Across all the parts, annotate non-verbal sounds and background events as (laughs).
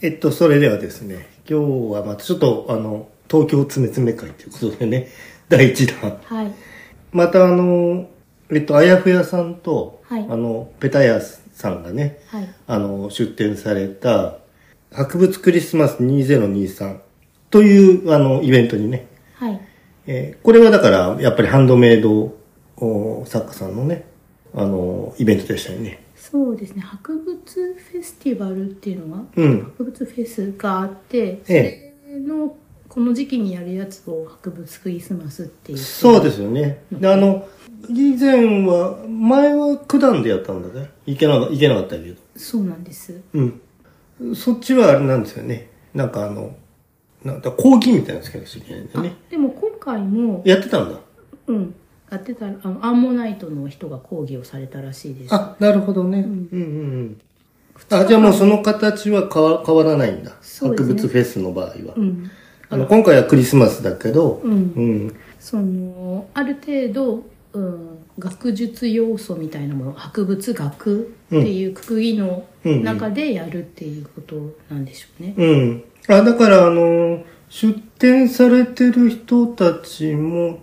えっと、それではですね、今日はまたちょっと、あの、東京つめつめ会ということでね、 (laughs) 第1弾。はい。またあの、えっと、あやふやさんと、はいあの、ペタヤさんがね、はい。あの、出展された、博物クリスマス2023という、あの、イベントにね、はい。えーこれはだから、やっぱりハンドメイドお作家さんのね、あの、イベントでしたよね。そうですね。博物フェスティバルっていうのが、うん。博物フェスがあって、そえれの、この時期にやるやつを博物クリスマスっていう。そうですよね。であの、以前は、前は九段でやったんだね。行けな、行けなかったけど。そうなんです。うん。そっちはあれなんですよね。なんかあの、なんだ、講義みたいなのつけなきゃいけないんだよあね。でも今回も、やってたんだ。うん。やってたら、あの、アンモナイトの人が講義をされたらしいです。あ、なるほどね。うんんうんうん。あ、じゃあもうその形は変わ変わらないんだ。そうです博ね物フェスの場合は。うん。あの、今回はクリスマスだけど、うんうん。その、ある程度、うん、学術要素みたいなもの、博物学っていうくくりの中でやるっていうことなんでしょうね。うん。あ、だから、あの、出展されてる人たちも、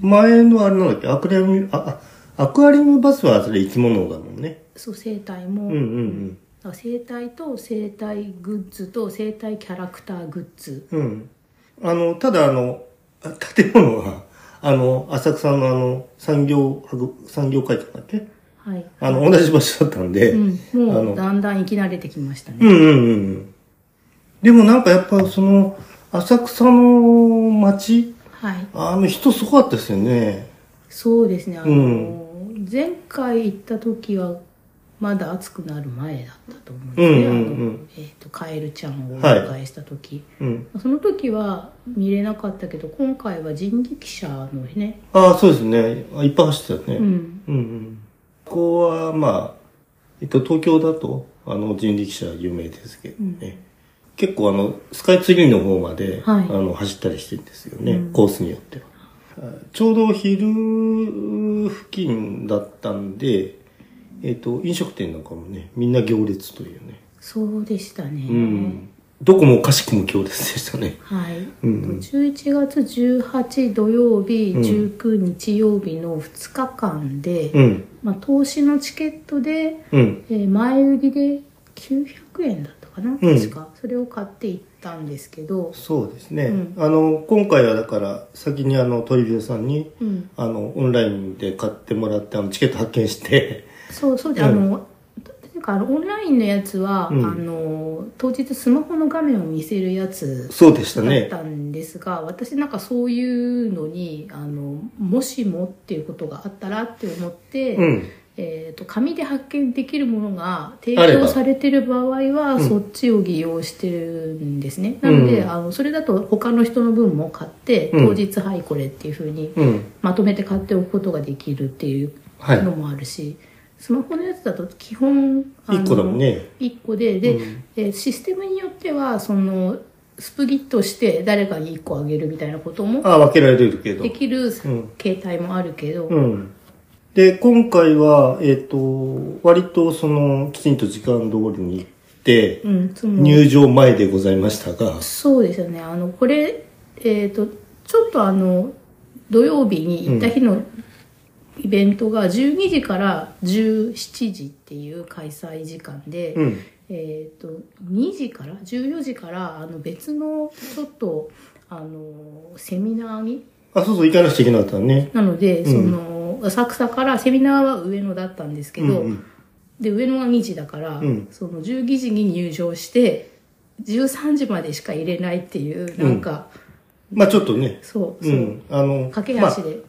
前のあれなんだっけ、アクアリウム、あ、あアクアリウムバスはそれ生き物だもんね。そう生態も、うんうんだから生態と生態グッズと生態キャラクターグッズうん。うん。あの、ただあの、あ建物は、あの、浅草のあの、産業博、産業会館だっけはい、あの、同じ場所だったんで、うん、あものうだんだん生き慣れてきましたうね、んうんうんうん。でもなんかやっぱその、浅草の街、はいあの人すごかったですよね。そうですねあの、う前回行った時はまだ暑くなる前だったと思うんうんですね、うんあのうんえー、とカエルちゃんをお迎えした時、うん。その時は見れなかったけど今回は人力車のね、ああ、そうですね。あいっぱい走ってたようね。うん、ん、うん、ここは、まあ、えっと、東京だと、あの、人力車有名ですけどね。結構、あの、スカイツリーの方まで、はいあの、走ったりしてるんですよね。コースによっては。あちょうど昼付近だったんで、えっと、飲食店なんかもね、みんな行列というね。そうでしたね、うん。どこもかしくも行列でしたね。はい、うんうん11月18土曜日、ん19日曜日の2日間で、うん。まあ、投資のチケットで、うん。えー前売りで900円だったかなうん確か、それを買っていったんですけど、そうですね。うんあの、今回はだから、先にあの、トリビューさんに、うん、あの、オンラインで買ってもらって、あの、チケット発見して、 (laughs) そうそうで、うんあのてかあのオンラインのやつは、うんあの当日スマホの画面を見せるやつそうでしただっね。たんですが、私なんかそういうのにあのもしもっていうことがあったらって思って、うん。えー、と紙で発見できるものが提あれば供されてる場合は、んそっちを利用してるんですねなので、うんあのそれだと他の人の分も買ってうん当日、はいこれっていうふうにうん。まとめて買っておくことができるっていうはいのもあるし、スマホのやつだと基本あの一個だもんね。 1個でで、うんえーシステムによってはそのスプリットして誰かに1個あげるみたいなこともああ、分けられるけどで。きるん携帯もあるけど、うん。で、今回は、えっ、と、割とその、きちんと時間通りに行って、うんその入場前でございましたが、そうですよね。あの、これ、えっ、と、ちょっとあの、土曜日に行った日のイベントが12時から17時っていう開催時間で、うん。えっ、と、2時から、14時から、あの、別の、ちょっと、あの、セミナーに、あ、そうそう、行かなくちゃいけなかったね。なので、うんその、浅草から、セミナーは上野だったんですけど、うんうんで、上野が2時だから、うんその12時に入場して、13時までしか入れないっていう、なんか、まあちょっとね、そう、うそう。ん。あの、駆けま足あ、で。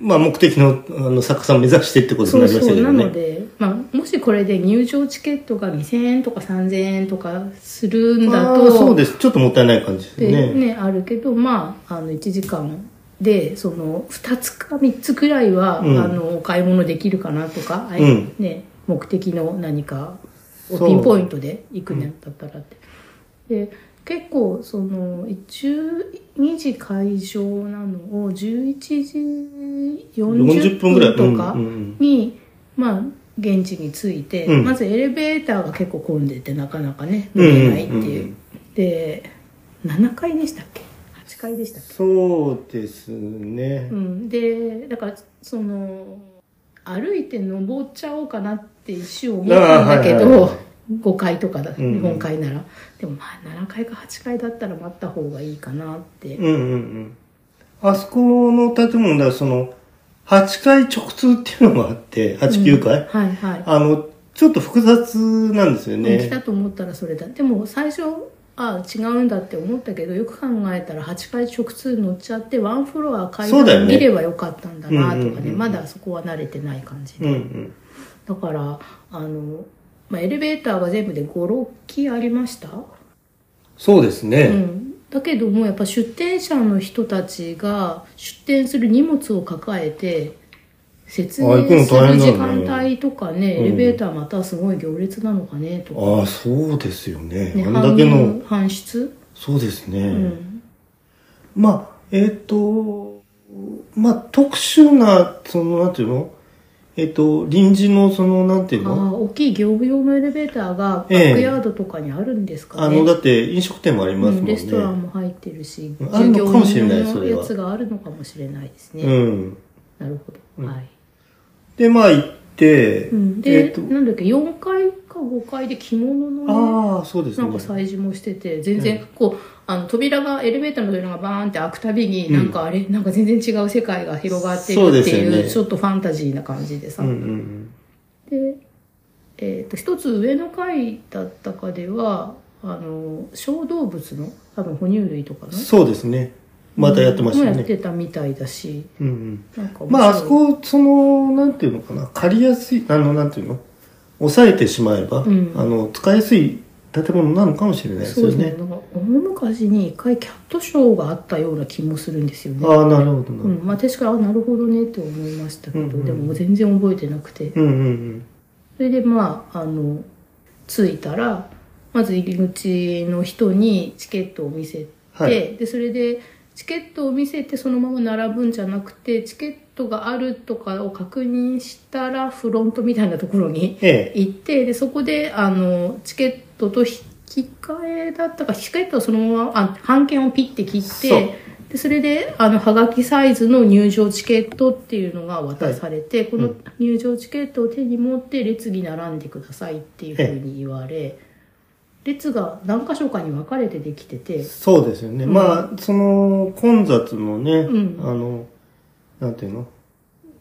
まあ目的の、あの、作家さんを目指してってことにそなうりまそしたう。けなどね。ので、まあ、もしこれで入場チケットが2000円とか3000円とかするんだあと、ーそうです。ちょっともったいない感じですでね。ねあるけど、まあ、あの、1時間で、その、2つか3つくらいは、うんあの、お買い物できるかなとか、あいうんね、目的の何かをそうピンポイントで行くんだったらって。で、結構、その、12時会場なのを、11時40 40分ぐらい分とか、うんうんうんに、まあ、現地に着いて、うんまずエレベーターが結構混んでてなかなかね抜けないっていう、うんうんうんで7階でしたっけ8階でしたっけそうですねう。ん、でだからその歩いて登っちゃおうかなって一瞬思ったんだけあーはいはいどは5階とかだうんうん4階なら、でもまあ7階か8階だったら待った方がいいかなって、うんうんうん。あそこの建物だ、その、8階直通っていうのがあって、8、9階、はいはい、あの、ちょっと複雑なんですよ来ね。たと思ったらそれだでも最初ああ違うんだって思ったけどよく考えたら8階直通乗っちゃってワンフロア階そうだよ段ね見ればよかったんだなとかねうんうんうんまだそこは慣れてない感じでうんうん。だからあの、まあ、エレベーターが全部で56機ありました、そうですうね。ん、だけどもやっぱ出店者の人たちが出店する荷物を抱えて説明あ行くのする大変時だよね間帯とかねうんエレベーターまたすごい行列なのかねとか、ああ、そうですよね。ね、あんだけの、搬搬出、そうですね。うんまあ、えっ、と、まあ、特殊な、その、なんていうのえっ、と、臨時の、その、なんていうあのあ大きい業務用のエレベーターがバええックヤードとかにあるんですかあね、の、だって飲食店もありますもうんんね。レストランも入ってるし、うんあるのかもしれないそれ従業は員のやつがあるのかもしれないですね。うん。なるほど、うんはい、で、まあ、行って、うん、えで、っとなんだっけ4階か5階で着物のねああ、そうですなね。んか催事もしてて全然こう、あの扉がエレベーターの扉がバーンって開くたびに、うんなんかあれなんか全然違う世界が広がっていそうくでってすいようねちょっとファンタジーな感じでさ、うんうんで、えー、と一つ上の階だったかではあの小動物の多分哺乳類とかうのん。そうですね。またやってましたもうやっね。てたみたいだしうんうん。なんか面白いまあ、あそこ、その、なんていうのかな、借りやすい、あの、なんていうの抑えてしまえば、うんあの、使いやすい建物なのかもしれないですそうよですねね。なんか大昔に一回キャットショーがあったような気もするんですよねああ、なるほどな。うんまあ、確かにあなるほどねって思いましたけど、うんうんでも全然覚えてなくてうんうんそれでまああの着いたらまず入り口の人にチケットを見せて、はいでそれでチケットを見せてそのまま並ぶんじゃなくてチケットがあるとかを確認したらフロントみたいなところにええ。行ってでそこであのチケットと引き換えだったかチケットをそのままあ半券をピッて切ってそうでそれであのはがきサイズの入場チケットっていうのが渡されて、こうのん入場チケットを手に持って列に並んでくださいっていうふうに言われ列が何箇所かに分かれてできててそうですよね。うんまあ、その、混雑のね、うんあの、なんていうの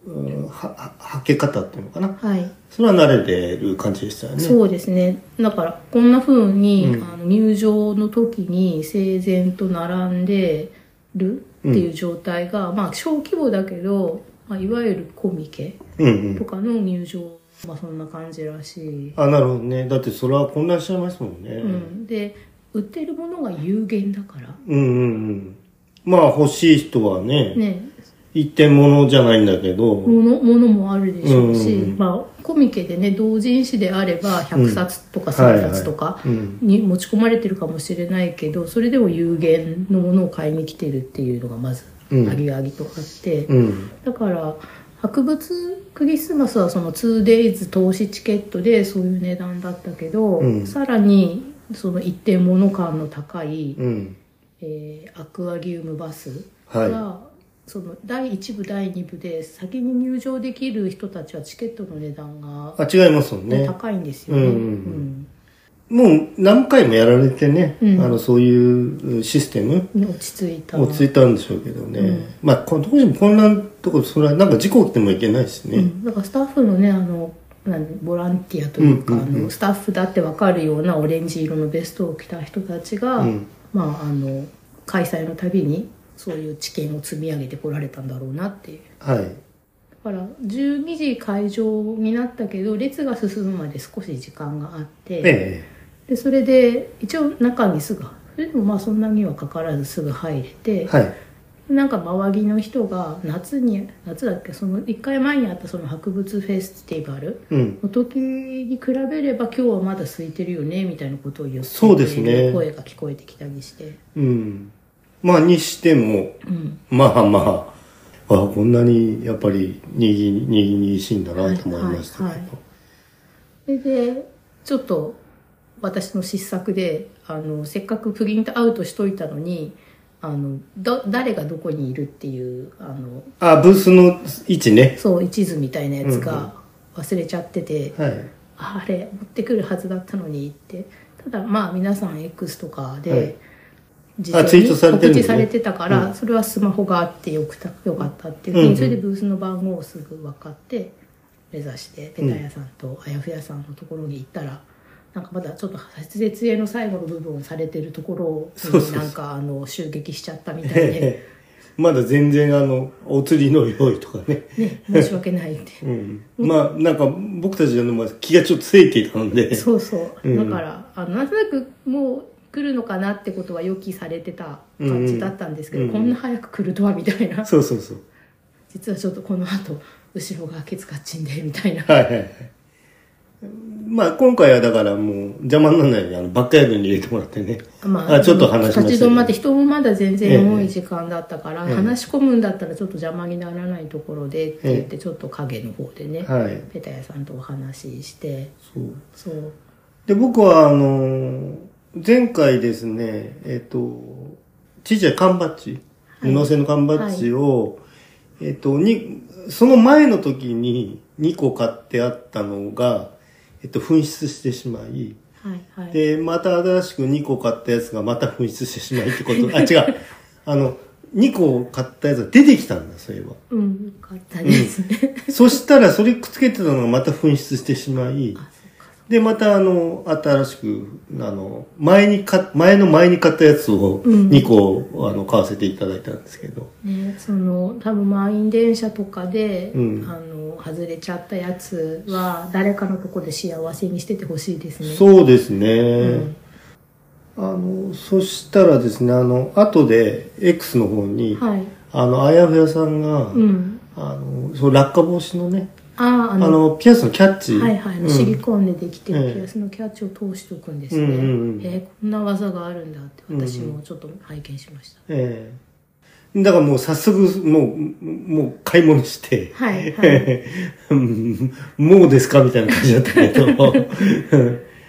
うんは、は、はけ方っていうのかな。はい。それは慣れてる感じでしたよね。そうですねだからこんな風に、うんあの入場の時に整然と並んでるっていう状態が、まあ小規模だけど、まあ、いわゆるコミケうんうとん。かの入場、まあ、そんな感じらしい、あ、なるほどね。だってそれは混乱しちゃいますもんね。うん、で売ってるものが有限だからうんうんうん。まあ欲しい人はね、ね一点物じゃないんだけど、ものものもあるでしょうし、うんうんうんまあ、コミケでね同人誌であれば100冊とかはい1000はい冊とかうんに持ち込まれてるかもしれないけどそれでも有限のものを買いに来てるっていうのがまずうんあぎあぎとあって、うん。だから博物クリスマスはその 2days 投資チケットでそういう値段だったけど、うんさらにその一定物感の高い、うん。えーアクアリウムバスはいが、その第1部第2部で先に入場できる人たちはチケットの値段があ、違いますもんね。高いんですよね。うんうんもう何回もやられてね、うんあの、そういうシステム、うん落ち着いた落ち着いたんでしょうけどね。うんまあ、こどうしても混乱とか、それはなんか事故起きてもいけないしね。うん、だからスタッフのねあのなんボランティアというか、うんうんうんあのスタッフだって分かるようなオレンジ色のベストを着た人たちが、うんまあ、あの開催のたびにそういう知見を積み上げてこられたんだろうなっていうはい。だから12時会場になったけど列が進むまで少し時間があって、えでそれで一応中にすぐそれでもまあそんなにはかからずすぐ入れて、え。はい。なんか周りの人が夏に夏だっけその1回前にあったその博物フェスティバルうん。の時に比べれば今日はまだ空いてるよねみたいなことを言ってそうですね声が聞こえてきたりして、うん。まあ、にしても、うん、まあまあ、あこんなにやっぱりにぎにぎにぎしいんだなと思いましたけど。はいはいはいそれで、ちょっと私の失策で、あの、せっかくプリントアウトしといたのに、あの、だ、誰がどこにいるっていう、あの、あ、ブースの位置ね。そう、一途みたいなやつが忘れちゃってて、はい。ああれ、持ってくるはずだったのにって。ただ、まあ皆さん X とかで、はい実あツイートさ際れにてるん告で知すねされてたから、うんそれはスマホがあってよくたよかったっていう、うんうんそれでブースの番号をすぐ分かって目指してペタ屋さんとあやふやさんのところに行ったら、なんかまだちょっと設営の最後の部分をされてるところをそうそうそうなんかあの襲撃しちゃったみたい (laughs) で、ええまだ全然あの、お釣りの用意とかね。ね、申し訳ないってうん。まあ、なんか僕たちのまあ気がちょっとせいていたので。そうそうう。だんから、あの、なんとなくもう来るのかなってことは予期されてた感じだったんですけど、うんうんこんな早く来るとはみたいな。 (laughs) そうそうそう。実はちょっとこの後、後ろがケツカチンで、みたいな。はいはいはい。まあ今回はだからもう邪魔にならないようにあのバックヤードに入れてもらってね。ま (laughs) あちょっと話しましたけど立ち止まって人もまだ全ええ然重い時間だったから、ええ話し込むんだったらちょっと邪魔にならないところでって言って、ちょっと影の方でね、はい。ペタヤさんとお話しして、そう。そう。で、僕はあの、前回ですね、えっ、と、ちっちゃい缶バッジ、はい布製の缶バッジを、えっ、と、に、その前の時に2個買ってあったのが、えっ、と、紛失してしまい、はいはい。で、また新しく2個買ったやつがまた紛失してしまいってこと、あ、違う。あの、2個買ったやつが出てきたんだ、そういえば。うん、よかったですね。 (laughs) そしたら、それくっつけてたのがまた紛失してしまい、あ、そっか。で、またあの、新しく、あの、前にか、前の前に買ったやつをうん2個、あの、買わせていただいたんですけど。ね、その多分満員電車とかで、うんあの外れちゃったやつは誰かのとこで幸せにしててほしいですね。そうですね。うんあの、そしたらですね、あの、後で X の方に、はい。あの、あやふやさんが、うん。あの、その落下防止のね、ああ、ああの、の、ピアスのキャッチ。はいはい、うんシリコンでできてええるピアスのキャッチを通しておくんですね。うんうんうんえーこんな技があるんだってうんうん私もちょっと拝見しました。ええだからもう早速、もう、もう買い物して、はい (laughs) はい。うんもうですかみたいな感じだったけど。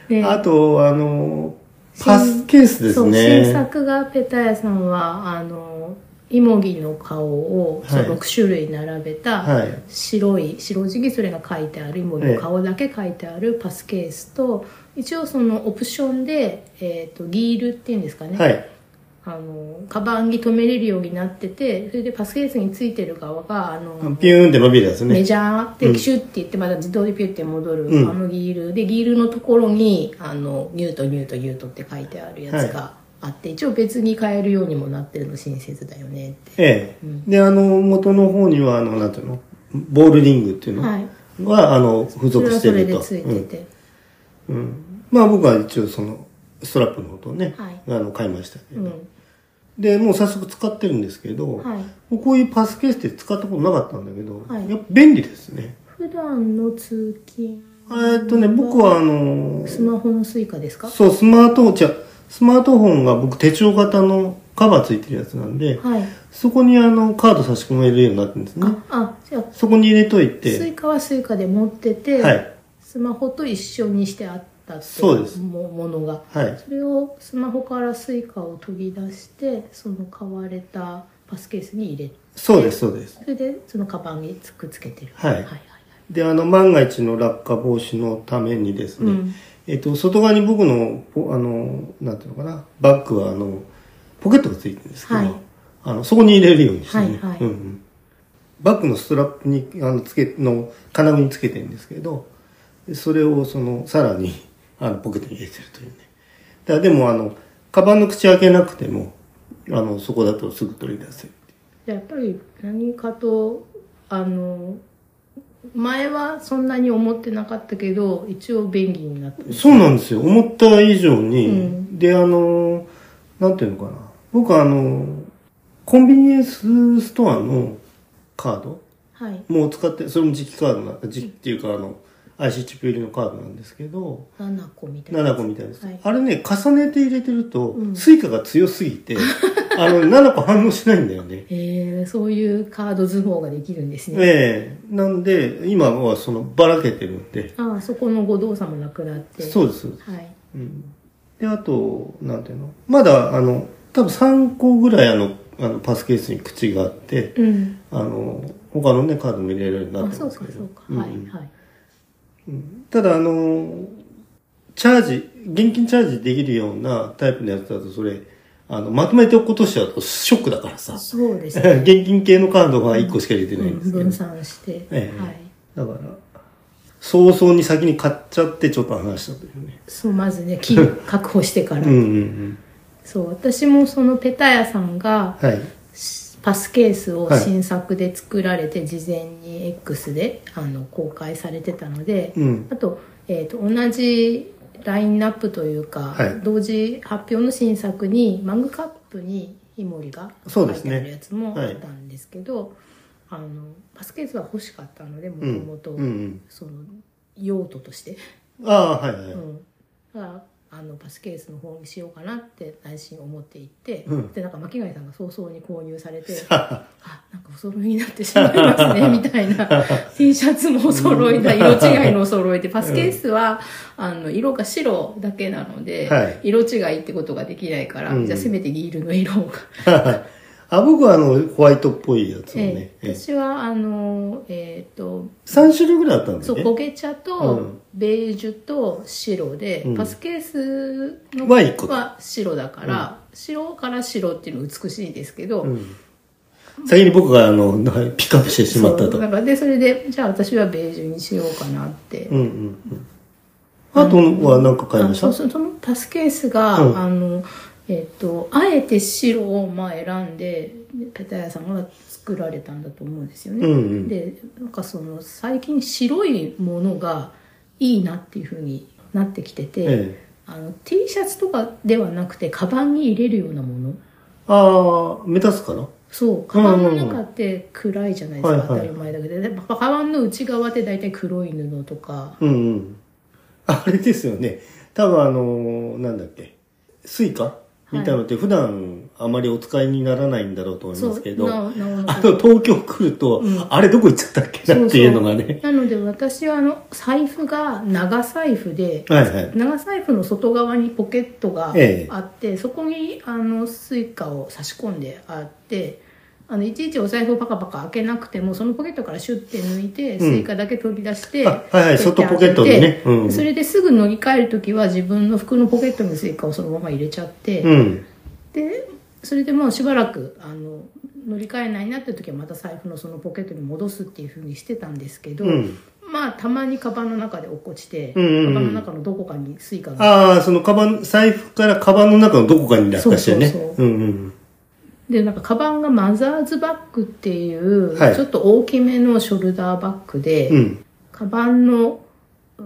であと、あの、パスケースですそうね。新作がペタヤさんはあのイモギの顔を、はいそう6種類並べた、はい白い白地にそれが書いてあるイモギの顔だけ書いてあるパスケースと、一応そのオプションで、えー、とギールっていうんですかね、はい。あのカバンに留めれるようになっててそれでパスケースについてる側があのピューンって伸びるやつメね。ジャーっうてんシュッて言ってまた自動でピュッて戻る、うんあのギールでギールのところにあのニュートニュートニュートって書いてあるやつがあって、一応別に変えるようにもなってるの親切だよねってええうんで、あの、元の方には、あの、なんていうのボールリングっていうのは、はいあの、付そ属れはしてそれるでと。ついてて、うんうんまあ僕は一応その、ストラップの方とね、はいあの、買いましたけうど、んで、もう早速使ってるんですけど、はいもうこういうパスケースって使ったことなかったんだけど、はいやっぱ便利ですね。普段の通勤えーっとね、僕はあのスマホのスイカですかそう、スマートフォン、じゃスマートフォンが僕手帳型のカバーついてるやつなんで、はい、そこにあの、カード差し込めるようになってるんですね。ああじゃあそこに入れといスて、イカはスイカで持ってて、はいスマホと一緒にしてあったっていそうですもものがはい。それをスマホからスイカを取り出してその買われたパスケースに入れそうです、そうです。それでそのカバンにつくっつけてるはいはいはいで、あの、万が一の落下防止のためにですね、うんえっと、外側に僕の、ぽあの、なんていうのかな、バッグはあの、ポケットがついてるんですけど、はいあの、そこに入れるようにしてね、はいはいうんうんバッグのストラップに、あの、つけ、の、金具につけてるんですけど、でそれをその、さらに、あの、ポケットに入れてるというね。だからでも、あの、カバンの口開けなくても、あの、そこだとすぐ取り出せるっていうでやっぱり何かとあの前はそんなに思ってなかったけど一応便利になったそうなんですよ。思った以上に、うんで、あの、なんていうのかな。僕はあの、コンビニエンスストアのカードはいもう使って、それも磁気カードな、磁気っていうかあの、IC チップ入りのカードなんですけど、 7個みたいな7個みたいです。はいあれね、重ねて入れてると、うん (laughs) スイカが強すぎて、あの、7個反応しないんだよね。へえねそういうカード図法ができるんですね、ええなんで、今はそのばらけてるんで。ああそこの誤動作もなくなってそうです。はいうん。で、あと、なんていうのまだ、あの、多分3個ぐらいあの、あの、パスケースに口があって、うんあの、他のね、カードも入れるようになっあてそまうすかけど。そうか、んはいはいただ、あの、チャージ、現金チャージできるようなタイプのやつだと、それ、あの、まとめておくことしちゃうとショックだからさ。そうですね、現金系のカードが1個しか入れてないんでうんすけど分。散して、ええはいだから、早々に先に買っちゃってちょっと話したというね。そうまずね金確保してから、うんうんうん。そう私もそのペタヤさんがはい。パスケースをはい新作で作られて事前に X であの公開されてたので、うん。あと,、えー、と同じラインナップというか、はい同時発表の新作にマグカップにイモリがそう書いですてねあるやつもあったんですけど、あのパスケースは欲しかったのでもうん。とうんうもん。とその用途として。ああ、はいはい。うん、だからあのパスケースの方にしようかなって内心思っていて、うんでなんか巻貝さんが早々に購入されてはあなんかお揃いになってしまいますねみたい (laughs) な T シャツもお揃いだ色違いのお揃いでパスケースは、あの色が白だけなので、はい色違いってことができないから、うんじゃあせめてギールの色を。は (laughs) あ、僕はあの、ホワイトっぽいやつをねえ。えええ私はあのえっ、と三種類ぐらいあったんだそようね。焦げ茶うとんベージュと白で、うんパスケースのは一個は白だから、白から白っていうの美しいですけど、うん。先に僕があの、はいピックアップしてしまったそとう。だからでそれでじゃあ私はベージュにしようかなって、うんうんうん。あとは何か買いましあたそうそのパスケースが、うんあのえっとあえて白をまあ選んでペタヤさんが作られたんだと思うんですよね、うんうんでなんかその最近白いものがいいなっていうふうになってきてて、ええ。あの T シャツとかではなくてカバンに入れるようなものああ、目立つかなそうカバンの中って暗いじゃないですはか、いはい当たり前だけどでやっぱカバンの内側って大体黒い布とかうんうん。あれですよね。多分あの、なんだっけ。スイカみたいなのって普段あまりお使いにならないんだろうと思いますけど、ななおの (laughs) あの東京来ると、うんあれどこ行っちゃったっけなっていうのがね。なので私はあの財布が長財布ではいはい。長財布の外側にポケットがええあって、そこにあのスイカを差し込んであってあのいちいちお財布をパカパカ開けなくてもそのポケットからシュッて抜いうて、んスイカだけ取り出して、あはいはいペッて外ポケットにね開けてうんそれですぐ乗り換える時は自分の服のポケットにスイカをそのまま入れちゃって、うん。でそれでもうしばらくあの乗り換えないなって時はまた財布のそのポケットに戻すっていうふうにしてたんですけど、うん。まあたまにカバンの中で落っこちて、うんうんうんカバンの中のどこかにスイカがああ、そのカバン、財布からカバンの中のどこかに落下してね。そうそううんうん。でなんかカバンがマザーズバッグっていう、はいちょっと大きめのショルダーバッグで、うん。カバンのうー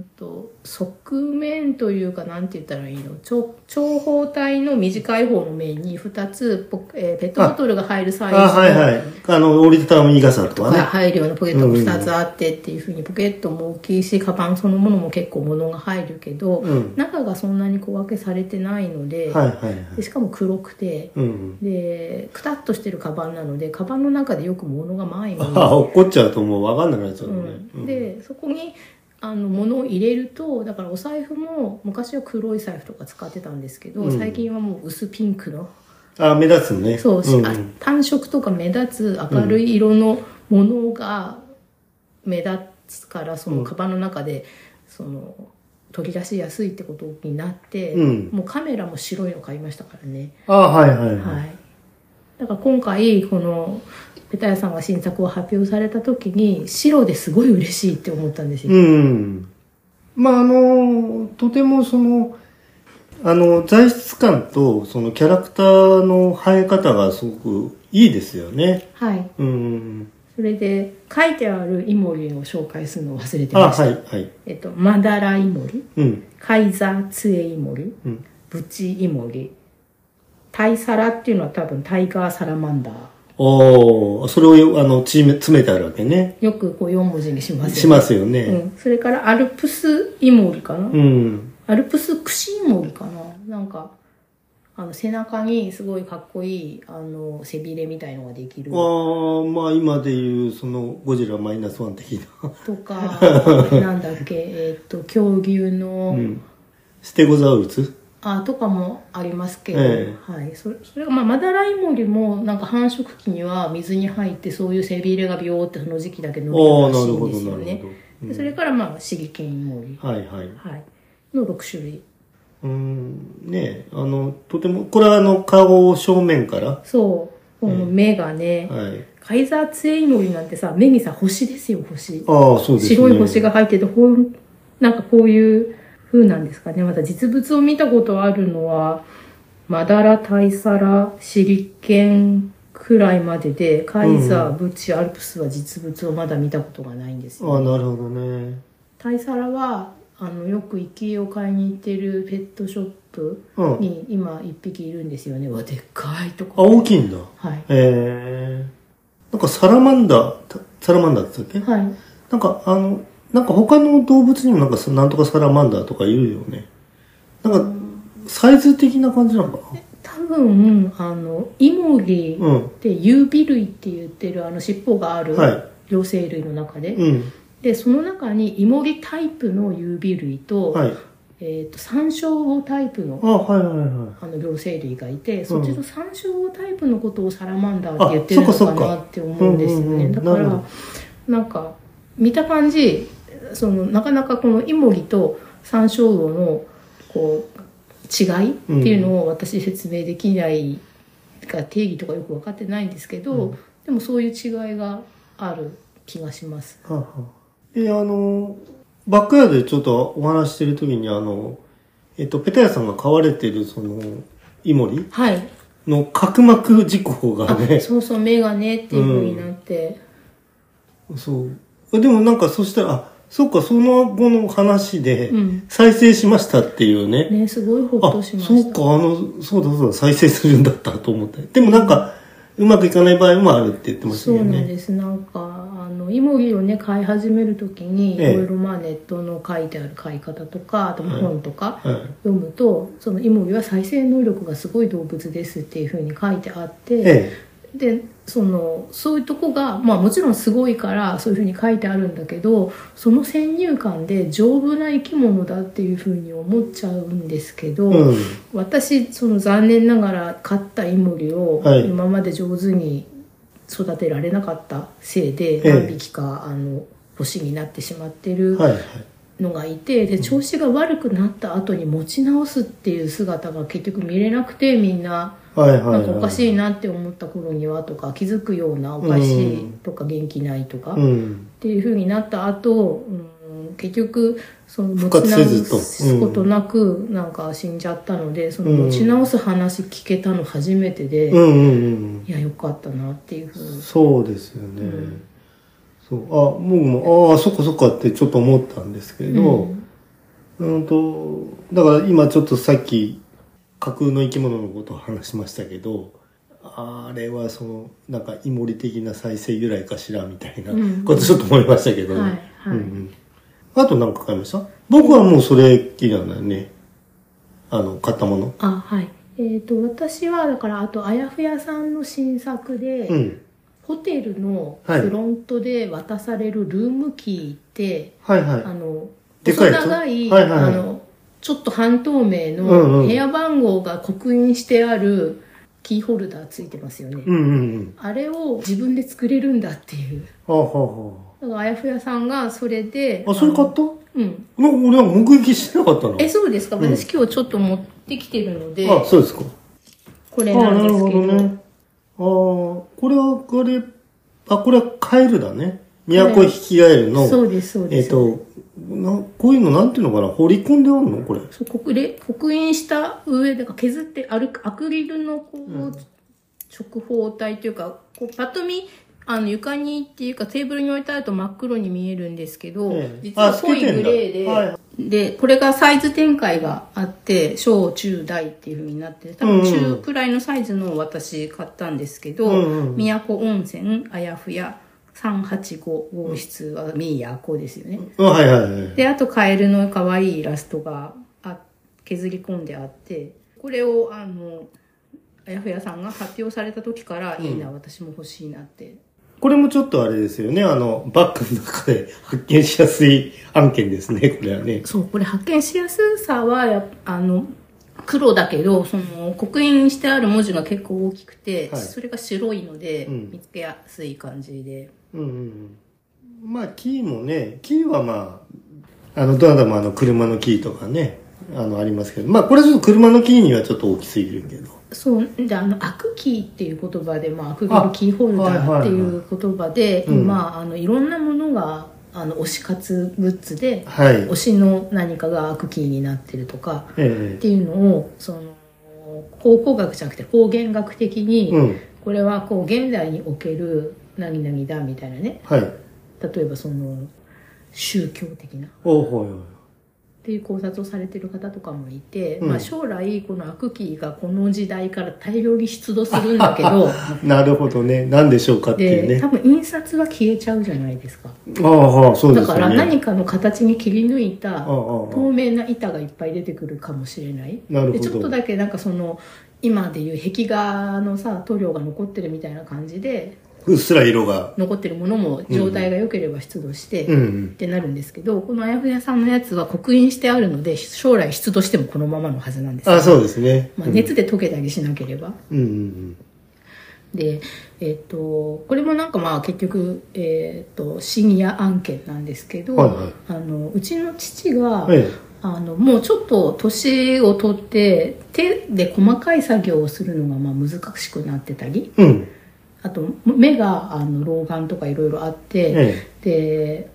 んと側面というかなんて言ったらいいの長長方体の短い方の面に2つポ、えーペットボトルが入るサイあズのはいはい。あの、折りたたみ傘とかね。が入るようなポケットも2つあってっていうふうにポケットも大きいしカバンそのものも結構物が入るけど、うん中がそんなに小分けされてないので,、はいはいはい。でしかも黒くて。うんうん。でくたっとしてるカバンなのでカバンの中でよく物が前に、ああ、落っこっちゃうともうわかんなくなっちゃううのね。ん、でそこにあの物を入れるとだからお財布も昔は黒い財布とか使ってたんですけど、うん最近はもう薄ピンクのあ目立つのね。そう、んんあ単色とか目立つ明るい色のものが目立つから、そのカバンの中でその取り出しやすいってことになって、うんもうカメラも白いの買いましたからね。あはいはいはい。はい、だから今回このペタヤさんが新作を発表された時に白ですごい嬉しいって思ったんですよ、うん。まあ、あの、とてもその、あの、材質感と、そのキャラクターの生え方がすごくいいですよね。はいうん。それで書いてあるイモリを紹介するのを忘れてあ、ました、はい、はい。えっと、マダライモリうん。カイザーツエイモリうん。ブチイモリタイサラっていうのは多分タイガーサラマンダーおーそれを、あの、縮め詰めてあるわけね。よくこう4文字にしますよねしますようね。ん、それからアルプスイモリかな、うん。アルプスクシイモリかななんかあの背中にすごいかっこいいあの背びれみたいのができるああ、まあ今でいう、その、ゴジラマイナスワン的 (laughs) な。と (laughs) かなんだっけえっと恐竜の、うん。ステゴザウルスあとかもありますけど、えはい、それそれが、まあ、マダライモリもなんか繁殖期には水に入ってそういう背びれがビヨーってその時期だけ伸びああ、るらなしいるんほでど、すよなるねほど。うでんそれからまあシリケンモリ、はいはい。うはい、の6種類ーん、ねえあの、とても、これはあの、顔を正面から、そうこの目がね、はい。カイザーツエイモリなんてさ目にさ星ですよ星ああ、そうですね。白い星が入っててほんなんかこういう風なんですかねまた実物を見たことあるのはマダラタイサラシリケンくらいまででカイザーブチアルプスは実物をまだ見たことがないんですよ、ああ、なるほどね。タイサラはあのよく生き餌を買いに行ってるペットショップうん。あ、に今1匹いるんですよね、わでっかいとか大きいんだ。はいええなんかサラマンダー、たサラマンダーって言ったっけはいなんかあの、なんか他の動物にもなんかさなんとかサラマンダーとか言うよね。なんか、サイズ的な感じなのか多分あのイモリなうん。で有尾類って言ってるあの尻尾があるはい両生類の中で、うん。でその中にイモリタイプの有尾類と,、はい。えー、とサンショウウオタイプあ、のはいはいはあの両生類がいてそっちのサンショウウオタイプのことをサラマンダーって言ってあるのそっかかそっかなって思うんですようんうんうねんだかなるらほなんか見た感じそのなかなかこのイモリとサンショウウオのこう違いっていうのを私説明できないが定義とかよく分かってないんですけど、うんでもそういう違いがある気がします。い。はあはあで、あの、バックヤードでちょっとお話ししてるときに、あの、えっと、ペタヤさんが飼われてる、その、イモリはい、の角膜事故がねあ、そうそう目がねっていう風になって、そう。でもなんかそしたら、あ、そっか、その後の話でうん、再生しましたっていうね。ねすごいほっあ、としましそたうか、あの、そうだそうだ、再生するんだったと思って。でもなんか、うまくいかない場合もあるって言ってましたそようなんね。ですなんかあのイモリをね飼い始める時にいええろいろまあネットの書いてある飼い方とかあとまあはい本とか、は読むとそのイモリは再生能力がすごい動物ですっていう風に書いてあって、い。えでそのそういうとこが、まあ、もちろんすごいからそういうふうに書いてあるんだけどその先入観で丈夫な生き物だっていうふうに思っちゃうんですけえ。ど、うん。私その残念ながら飼ったイモリをはい今まで上手に育てられなかったせいでええ何匹かあの星になってしまってるはいはい。のがいてで調子が悪くなった後に持ち直すっていう姿が結局見れなくてみんなはいは、ないんかおかい。しいなって思った頃にはとか気づくようなおかしいとか元気ないとかうっん。ていう風になった後、うん、結局その持復ち活直せずとすことなくなんか死んじゃったのでそのうん持ち直す話聞けたの初めてで、ういんうんうん。やよかったなっていう風にそうですよね。うんそう。あ、僕も、ああ、そっかそっかってちょっと思ったんですけど、うんうんと、だから今ちょっとさっき架空の生き物のことを話しましたけど、あれはその、なんかイモリ的な再生由来かしらみたいなうんことちょっと思いましたけどね。はいうんはうい、ん、あと何か買いました僕はもうそれっきりなんだよね。あの、買ったもの。あはいえー、と私はだからあとあやふやさんの新作で、うん。ホテルのはいフロントで渡されるルームキーって、はいはい。あの、でか細いやつ長い、はいはいあの、ちょっと半透明うんうのん部屋番号が刻印してあるキーホルダーついてますよね。うんうんうん。あれを自分で作れるんだっていう。はあはあだからあやふやさんがそれで。はあ。あ、それ買あったのうん。な俺は目撃してなかったな。え、そうですか、うん私今日ちょっと持ってきてるので、あ、そうですか。これなんですけど。ああ、これは、これ、あ、これはカエルだね。都引きガエルの、そうです、そうえでっ、す。とな、こういうのなんていうのかな、掘り込んであるのこれ。そう刻れ刻印した上で削ってあるアクリルのこう、うん直方体というかこうパッと見あの床にっていうかテーブルに置いてあると真っ黒に見えるんですけど、ええ実はあ濃透けいてんグだレーで、はでこれがサイズ展開があって小中大っていうふうになってて多分うんうん中くらいのサイズのを私買ったんですけど、うんうん宮古温泉あやふや385号室は宮古ですよね。あはいはいはい。であとカエルの可愛いイラストがあ削り込んであってこれをあのあやふやさんが発表された時から、いいな私も欲しいなってこれもちょっとあれですよね。あの、バッグの中で発見しやすい案件ですね、これはね。そうこれ発見しやすさはやっあの黒だけどその刻印してある文字が結構大きくて、はいそれが白いので、うん見つけやすい感じでうんうんうん。まあ、キーもね、キーはまあ、あの、どなたもあの、車のキーとかね、あの、ありますけど、まあ、これはちょっと車のキーにはちょっと大きすぎるけど。そうであのアクキーっていう言葉で、まあ、アクビルキーホルダーっていう言葉で、はいはいはいまあ、あのいろんなものがあの推し活グッズではい。推しの何かがアクキーになってるとかっえていうのをその考古学じゃなくて方言学的えに、うん。これはこう現代における何々だみたいなねはい。例えばその宗教的なっおうほうよ。ていう考察をされてる方とかもいて、うんまあ、将来このアクキーがこの時代から大量に出土するんだ (laughs) けどなるほどね。なんでしょうかっていうでね多。分印刷は消えちゃうじゃないですかああ、ああそうでだすよかね。ら何かの形に切り抜いああたああ透明な板がいっぱい出てくるかもしれないなるほどでちょっとだけなんかその今でいう壁画のさ塗料が残ってるみたいな感じでうっすら色が。残ってるものも状態が良ければ出土して、うんうっん。てなるんですけどこのあやふやさんのやつは刻印してあるので将来出土してもこのままのはずなんですよああ、そうですね。まあ、熱で溶けたりしなければ、うんうんうん。でえっとこれもなんかまあ結局、えっとシニア案件なんですけど、はいはいあのうちの父が、えあのもうちょっと年を取って手で細かい作業をするのがまあ難しくなってたりえ。うん。あと目があの老眼とかいろいろあって、えで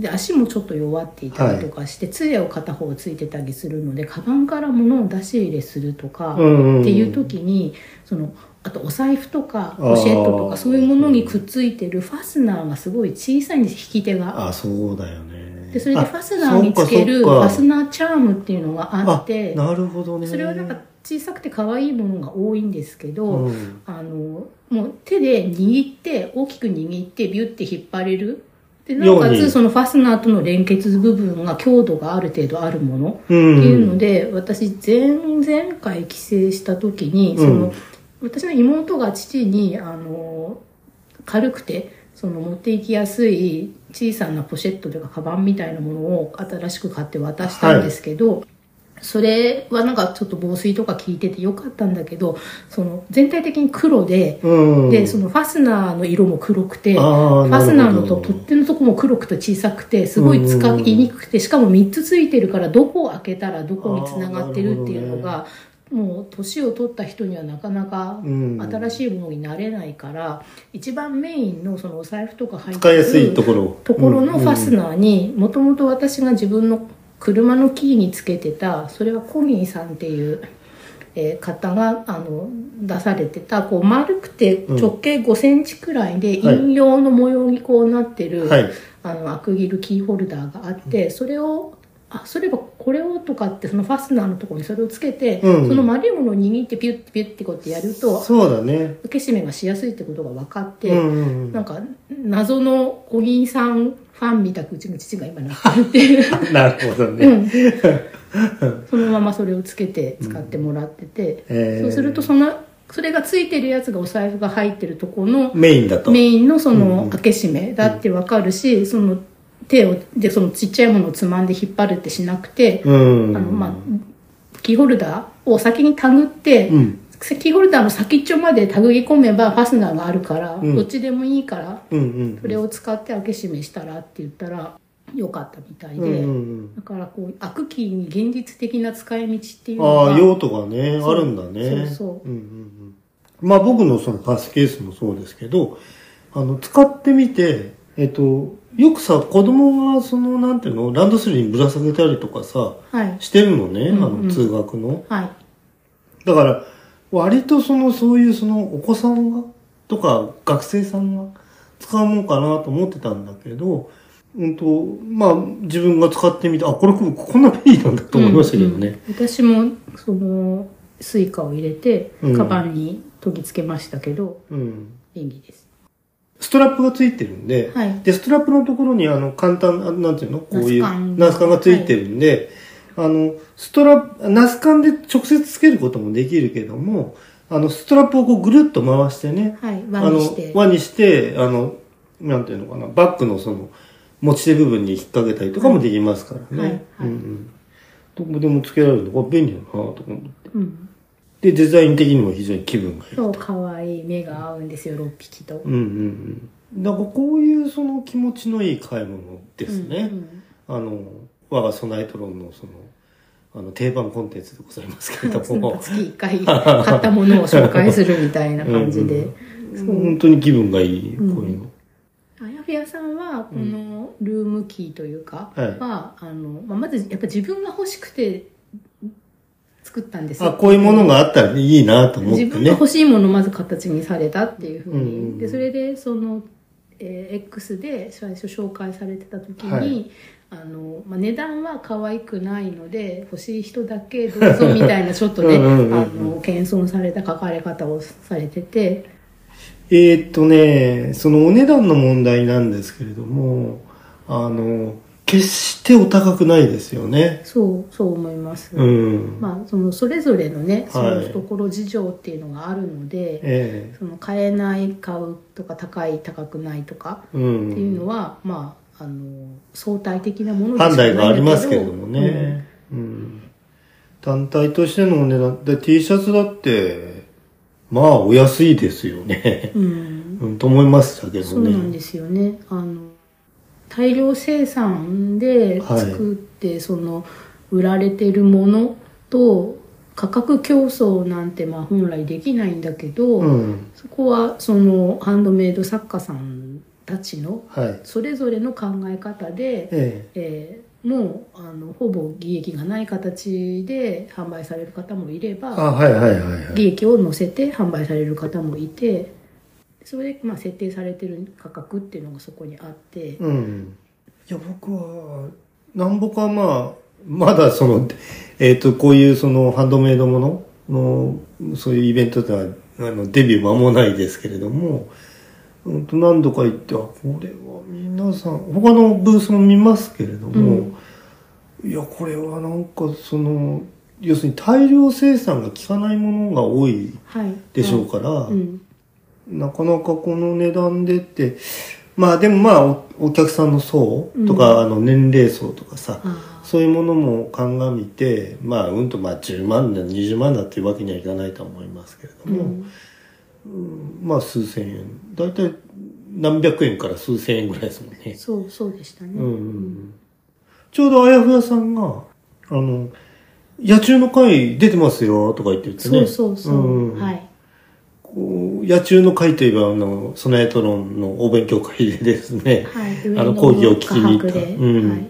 で足もちょっと弱っていたりとかして、杖を片方ついてたりするのでカバンから物を出し入れするとか、え。うんうんん。っていう時にそのあとお財布とかあーポシェットとかそういうものにくっついてるファスナーがすごい小さいんです引き手が。あそうだよねでそれでファスナーにつけるファスナーチャームっていうのがあってなるほどねそれはなんか小さくて可愛いものが多いんですけど、うんあのもう手で握って大きく握ってビュッて引っ張れるでなおかようにつそのファスナーとの連結部分が強度がある程度あるものっうてんいうので、私前々回帰省した時にその、うん私の妹が父にあの軽くてその持っていきやすい小さなポシェットというかカバンみたいなものを新しく買って渡したんですけど、それはなんかちょっと防水とか効いててよかったんだけどその全体的に黒で、うんでそのファスナーの色も黒くてあフーなァるほどスナーのと取っ手のとこも黒くて小さくてすごい使いにくくてしかも3つついてるからどこを開けたらどこにつながってるっていうのが、もう年を取った人にはなかなかうん新しいものになれないから、一番メインのそのお財布とか入って使いやすいるところところのファスナーナーにもともと私が自分の車のキーにつけてたそれはコミーさんっていう、えー方があの出されてたこう丸くてうん直径5センチくらいではい陰陽の模様にこうなってる、はいあのアクリルキーホルダーがあって、それをあそういえばこれをとかってそのファスナーのところにそれをつけて、うんその丸いものを握ってピュッてピュッてこうやってやるとそうだね受け閉めがしやすいってことが分かって、うんうんうなんんか謎の小木さんファンみたくうちの父が今なって (laughs) るってなるほどうねんそのままそれをつけて使ってもらってて、えーそうするとそのそれがついてるやつがお財布が入ってるとこのメインだとメインのそうんうのん開け閉めだってわかるし、その手をでそのちっちゃいものをつまんで引っ張るってしなくて、うんあのまあキーホルダーを先にたぐって、うんキーホルダーの先っちょまでたぐり込めばファスナーがあるから、うんどっちでもいいからうんうんそれを使って開け閉めしたらって言ったら良かったみたいで、うんうんだからこうアクキーに現実的な使い道っていうのあがあ用途がねそうあるんだねそうそううんうんうんまあ僕のそのパスケースもそうですけどあの使ってみてえっとよくさ子供がそのなんていうのランドセルにぶら下げたりとかさはいしてるのね、うんうんあの通学のはいだから割とそのそういうそのお子さんがとか学生さんが使うもんかなと思ってたんだけどうんとまあ自分が使ってみてあこれここんな便利なんだと思いましたけどね、うんうん私もそのスイカを入れてうんカバンに研ぎつけましたけど、うん便利ですストラップがついてるんで、はいで、ストラップのところに、あの、簡単な、なんていうのこういう、ナスカンナスカンがついてるんで、あの、ストラップ、ナスカンで直接つけることもできるけども、あの、ストラップをこうぐるっと回してね、はい、あ輪にのして、輪にして、あの、なんていうのかな、バッグのその、持ち手部分に引っ掛けたりとかもできますからはいはねうい。んうん。どこでもつけられるのが便利だなと思って。うん、で、デザイン的にも非常に気分がいい。そう可愛い目が合うんですよ6匹と、うんうんうん。なんかこういうその気持ちのいい買い物ですね。うんあの、我がソナイトロンのその、あの、定番コンテンツでございますけうんれどなんかも、月1回買ったものを紹介するみたいな感じうでん本当に気分がいい、こううんいうの。あやふやさんはこのルームキーというかはいは、あのまあ、まずやっぱ自分が欲しくて作ったんですよあ、こういうものがあったらいいなと思っ自て分ね。が欲しいものをまず形にされたっていうふうに、うんうんでそれでその、えー X で最初紹介されてた時に、はいあのまあ、値段は可愛くないので欲しい人だけどうぞみたいなちょっとねうんうんうんうんあの謙遜された書かれ方をされてて、えーっとね、そのお値段の問題なんですけれども、あの、決してお高くないですよね。そうそう思います。うん。まあ、そのそれぞれのねそのはい懐事情っていうのがあるので、ええその買えない買うとか高い高くないとかう。っていうんのは、まあ、あの相対的なものでしか判な断いんだがありますけれどもね。うん。単体としてのお値段。で、T シャツだって、まあ、お安いですよね。うん、うんうん、と思いましたけそどうね。なんですよねあの大量生産で作って、その売られてるものと価格競争なんてまあ本来できないんだけど、うん。そこはそのハンドメイド作家さんたちのはい。それぞれの考え方で、ええーもうあのほぼ利益がない形で販売される方もいれえばあ、はいはいはいはい。利益を乗せて販売される方もいてそれでまあ設定されてる価格っていうのがそこにあって、うん。いや、僕は、なんぼかまあ、まだその、えっ、と、こういうそのハンドメイドものの、そういうイベントでは、あの、デビュー間もないですけれども、うんと、何度か行って、あ、これは皆さん、他のブースも見ますけれども、いや、これはなんかその、要するに大量生産が効かないものが多いはい、でしょうから、はいうんなかなかこの値段でって、まあでもまあおお客さんの層とか、うあんの年齢層とかさ、あーそういうものも鑑みて、まあうんとまあ10万だ、20万だっていうわけにはいかないとは思いますけれどうも、んまあ数千円。だいたい何百円から数千円ぐらいですもんね。そうそうでしたね、うんうんうん、ちょうどあやふやさんが、あの、野中の会出てますよとか言って言ってそね。うそうそう、うんはいこう野中の会といえば、あの、ソナエトロンのお勉強会でですね、はい、あの講義を聞きに行った上野の科博でうんはい、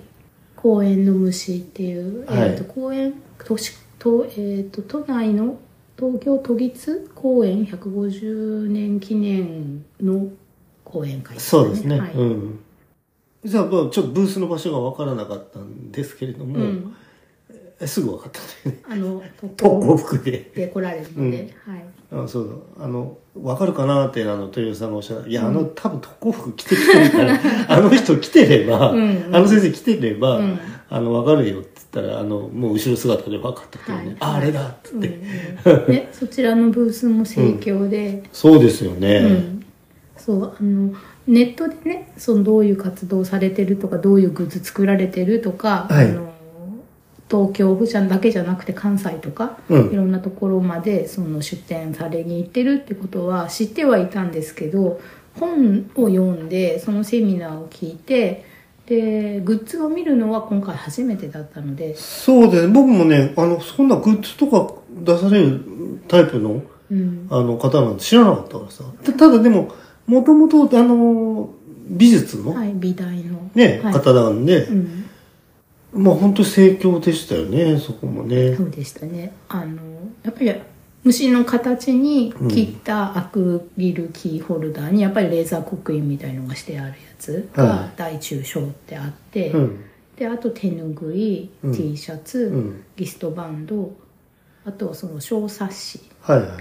公園の虫っていう、はいえー、と公園都市と,、えー、と都内の東京都立公園150年記念の講演会、そうですね。はいうん。じゃあ、まあちょっとブースの場所が分からなかったんですけれども、うんえすぐ分かったんだよね。あの特特攻攻服で。で来られるので、はいあそうだ。あの、分かるかなって、あの、豊洲さんがおっしゃった。いや、あの、多分特攻服着てきてるから、 (laughs) あの人来てれば、うんうんあの先生来てれば、うんあの、分かるよって言ったら、あの、もう後ろ姿で分かったっていうね。はいああれだってう言っんて。うんね、そちらのブースも盛況で、そうですよね。うんそうあのネットでねそのどういう活動されてるとかどういうグッズ作られてるとか、はいあの東京部社だけじゃなくて関西とか、うんいろんなところまでその出店されに行ってるってことは知ってはいたんですけど本を読んでそのセミナーを聞いてでグッズを見るのは今回初めてだったので、そうですね。僕もね、あの、そんなグッズとか出されるタイプの、うん、あの方なんて知らなかったからさ。たただでも、もともと、あの、美術の、はい美大の、ね、はい方なんでう、ん、まあ本当盛況でしたよね、そこもねそ。うでしたねあのやっぱり虫の形に切ったアクリルキーホルダーにやっぱりレーザー刻印みたいのがしてあるやつはがい大中小ってあって、うん。であと手拭い、うん T シャツ、うんギストバンドあとはその小冊子はいはい。はい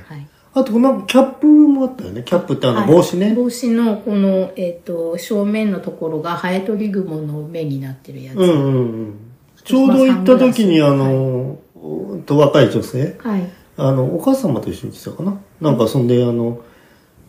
あと、なんかキャップもあったよね。キャップってあのはい帽子ね。帽子のこの、えっと正面のところがハエトリグモの目になってるやつ、うんうんうん。あちょうど行った時に、あはいの、と若い女性、はいあの、お母様と一緒に来たかななんか、そんで、あの、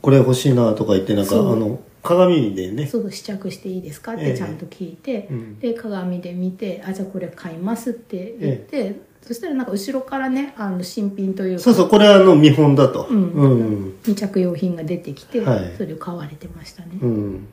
これ欲しいなとか言って、なんか、あそうの、鏡でね、そう試着していいですかっええてちゃんと聞いて、うんで鏡で見て「あじゃあこれ買います」って言って、そしたらなんか後ろからねあの新品というそうかそう、これはあの、見本だと。うんうん。未着用品が出てきて、はいそれを買われてましたね、うん。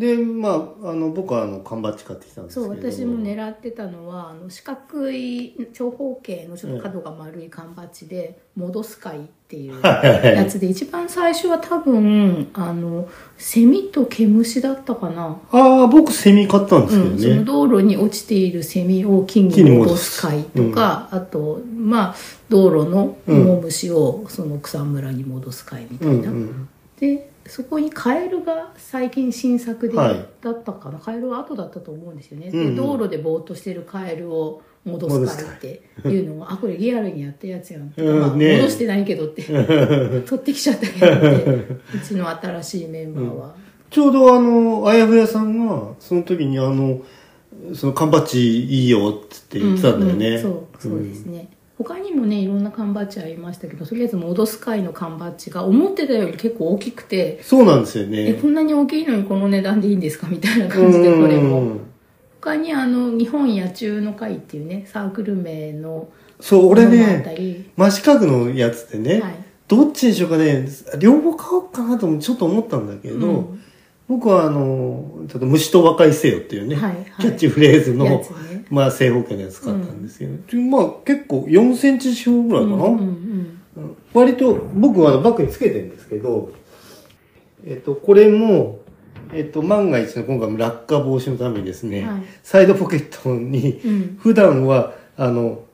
で、まあ、あの、僕はあの、缶バッジ買ってきたんですそけうど。私も狙ってたのはあの四角い長方形のちょっと角が丸い缶バッジで「戻す会」っていうはいはいはやい。つで一番最初は多分あのセミと毛虫だったかなああ、僕、セミ買ったんですうん、そけどのね。道路に落ちているセミを金に戻す会とか、あとまあ道路の芋虫をその草むらに戻す会みたいうんな、うん。でそこにカエルが最近新作で、はいだったかなカエルは後だったと思うんですよね、うんうんで道路でぼーっとしてるカエルを戻す会っていうのをあこれリアルにやったやつやん、うんまあねえ戻してない (laughs) けどって取ってきちゃったけどってうちの新しいメンバーは、ちょうどあの、あやふやさんが、その時にあの、その缶バッジいいよっつって言ってたんだよね。うんうんそうそうですね、他にもねいろんな缶バッジありましたけどとりあえず戻す会の缶バッジが思ってたより結構大きくて、そうなんですよね。えこんなに大きいのにこの値段でいいんですかみたいな感じでこれうもん他にあの日本野中の会っていうねサークル名のそう、俺ものもあったね、り、真四角のやつってね、はいどっちにしようかね、両方買おうかなともちょっと思ったんだけど、うん僕はあの、ちょっと虫と和解せよっていうね、はいはいキャッチフレーズやのつ、ねまあ正方形のやつ買ったんですけど、まあ結構4センチ四方ぐらいかな。うんうん割と僕はあのバッグにつけてるんですけど、えっと、これも、えっと、万が一の今回も落下防止のためにですね、はいサイドポケットにうんうん普段は、あの、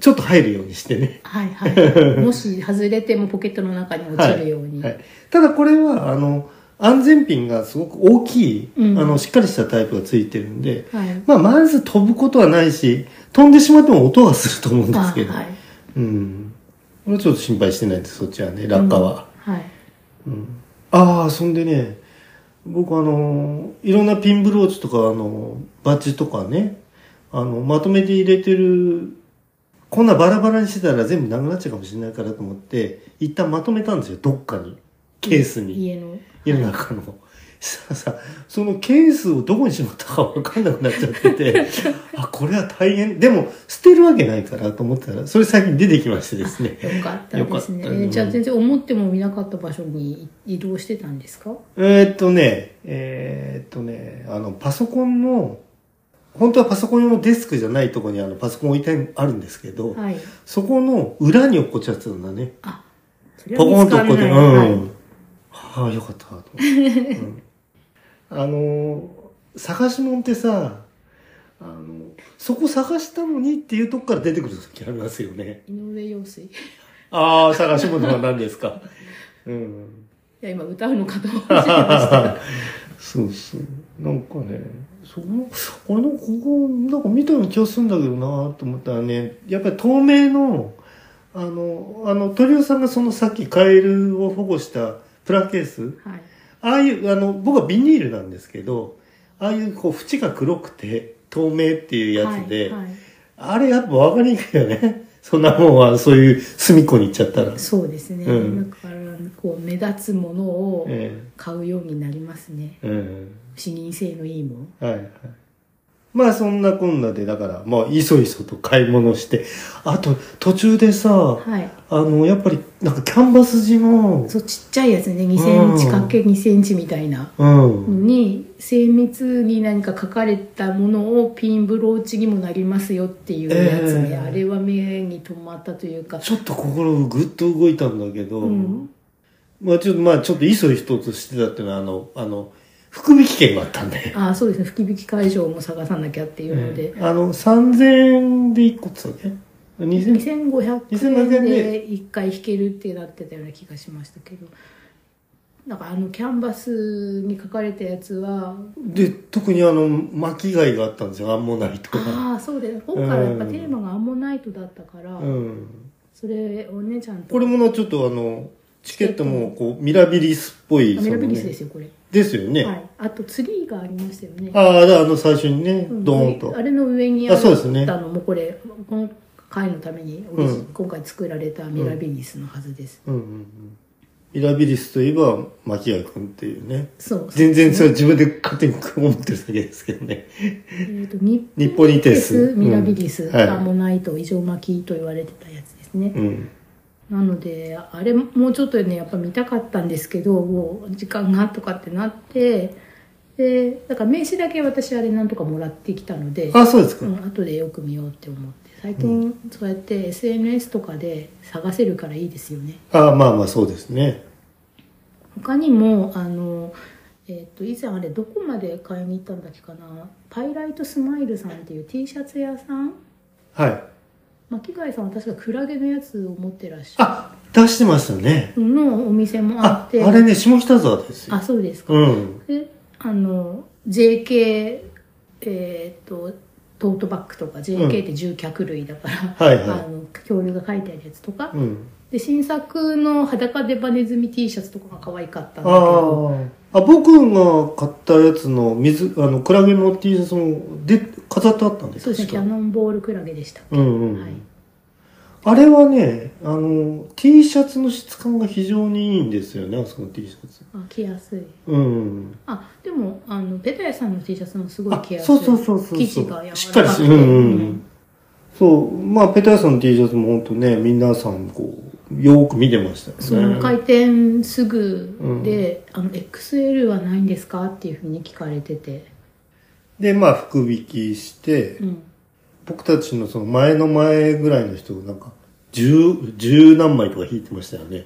ちょっと入るようにしてね。は (laughs) いはい、もし外れてもポケットの中に落ちるように、はい、ただこれは、あの、安全ピンがすごく大きい、うんあの、しっかりしたタイプがついてるんで、はいまあ、まず飛ぶことはないし、飛んでしまっても音はすると思うんですけど、あはいうん。これはちょっと心配してないんです、そっちはね、落下は。うんはいああそんでね僕あのいろんなピンブローチとかあのバッジとかねあのまとめて入れてるこんなバラバラにしてたら全部なくなっちゃうかもしれないからと思って一旦まとめたんですよどっかにケースに家の家の中の。したらさそのケースをどこにしまったか分かんなくなっちゃっててあこれは大変でも捨てるわけないからと思ったらそれ先に出てきましてですねよかったですね。よかったじゃあ全然思っても見なかった場所に移動してたんですかえーっとね、えーっとね、あの、パソコンの、本当はパソコン用のデスクじゃないとこにあのパソコン置いてあるんですけど、はい。そこの裏に落っこっちゃってたんだね。あ、そポコンと落っこって、うはん。はあ、よかったと思って、うんあの、探し物ってさ、あの、そこ探したのにっていうとこから出てくる時ありますよね。い。井上陽水。いああ、探し物は何ですか。 (laughs) うん。や、今歌うのかと思って (laughs) ました。そうそう。なんかね、そこの、あれなんかここ、なんか見たような気がするんだけどなと思ったらね、やっぱり透明の、あの、あの、鳥尾さんがそのさっきカエルを保護したプラケース、はい。ああいう、あの、僕はビニールなんですけど、ああいうこう、縁が黒くて透明っていうやつで、はいはいあれやっぱ分かりにくいよね。そんなもんはそういう隅っこに行っちゃったら。そうですね。うんだから、こう、目立つものをえ買うようになりますね。えうん視認性のいいもの。はいはい。まあそんなこんなで、だから、まあ、いそいそと買い物して、あと、途中でさ、はい。あの、やっぱり、なんかキャンバス地の、そう、ちっちゃいやつね。2センチかけ2センチみたいな。うん。に精密に何か書かれたものをピンブローチにもなりますよっていうやつね、ええあれは目に留まったというかちょっと心ぐっと動いたんだけど、うんまあちょっと、まあちょっといそいそとしてたっていうのは、あの、あの、福引券があったんで。ああそうですね吹き引き会場も探さなきゃっていうので、うんあの、3000円で1個っつったっけ ?2000 2500円で1回引けるってなってたような気がしましたけどなんかあのキャンバスに書かれたやつはで、特にあの、巻き貝があったんですよ、アンモナイトが。ああそうです今回はやっぱテーマがアンモナイトだったから、うん。それをねちゃんとこれもな、ちょっとあの、チケットもこうミラビリスっぽい、あメラビリスそのでねすよこれ、ですよね、はいあとツリーがありましたよねああだからあの最初にね、うんドーンとあれの上にああそうですねったのもこれこの回のためにオリジうん今回作られたミラビリスのはずです、うんうんうんミラビリスといえば牧谷君っていうねそう全然それ自分で勝手に思ってるだけですけどねえーと日日暮里テスミラビリス、うんはいアンモナイト異常巻きと言われてたやつですね、うんなのであれもうちょっとねやっぱ見たかったんですけどもう時間がとかってなってでだから名刺だけ私あれなんとかもらってきたのであそうですか、うん、後でよく見ようって思って最近そうやって SNS とかで探せるからいいですよねああまあまあそうですね他にもあの、えっと以前あれどこまで買いに行ったんだっけかなパイライトスマイルさんっていう T シャツ屋さんはい巻貝さんは確かクラゲのやつを持ってらっしゃあ出してましたねるのお店もああってあれね下北沢ですよあそうですか、うんであの JK えっとトートバッグとか JK って獣脚類だから、はいはいあの恐竜が書いてあるやつとか、うんで新作の裸デバネズミ T シャツとかが可愛かったんだけどあああ僕が買ったやつの水あのクラゲの T シャツもで飾ってあったんですそうですねキャノンボールクラゲでした、うんうん、はいあれはねあの T シャツの質感が非常にいいんですよねあそこの T シャツあ着やすいうんあでもあのペタヤさんの T シャツもすごいあ着やすいそうそうそうそう生地が柔らかくてしっかりしてうんうん、うん、そうまあペターさんの T シャツも本当ね皆さんこうよーく見てましたよねその開店すぐで、あの XL はないんですかっていうふうに聞かれてて、でまあ福引きして、うん、僕たちのその前の前ぐらいの人がなんか10、10何枚とか引いてましたよね。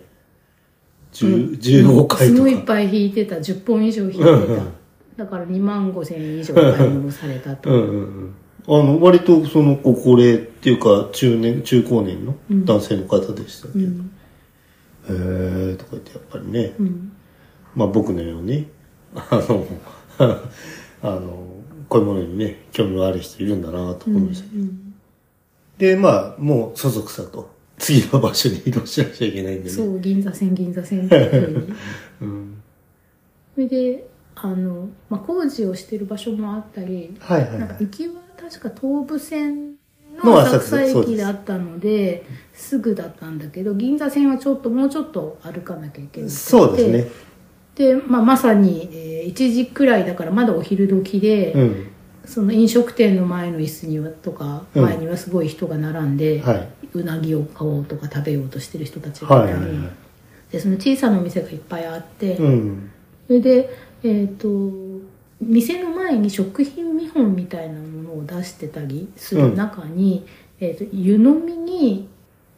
10、15回とすか。ごいいっぱい引いてた10本以上引いてた、うんうんだから2万5千円以上買い物されたと、うんうんうん。あの、割とそのご高齢っていうか中年、中高年のうん男性の方でしたけうど、んへーとか言ってやっぱりね、うん、まあ僕のように、 (laughs) あの、あの、こういうものにね、興味のある人いるんだなと思いました。うんで、まあもうそそくさと次の場所に移動しなくちゃいけないんでね。そう銀座線銀座線っていうふうにうんそれであの、まあ、工事をしてる場所もあったりはいはい、なんはかい。行きは確か東武線のの浅浅草草そうで駅すだったのですぐだったんだけど銀座線はちょっともうちょっと歩かなきゃいけないそうですね。で、まあ、まさに、えー1時くらいだからまだお昼時で、うん。その飲食店の前の椅子にはとかうん前にはすごい人が並んで、はい。うなぎを買おうとか食べようとしてる人たちはいがいはいたり、はでその小さなお店がいっぱいあって、い。うん。それで、えー、と店の前に食品見本みたいなものを出してたりする中に、えー、と湯飲みに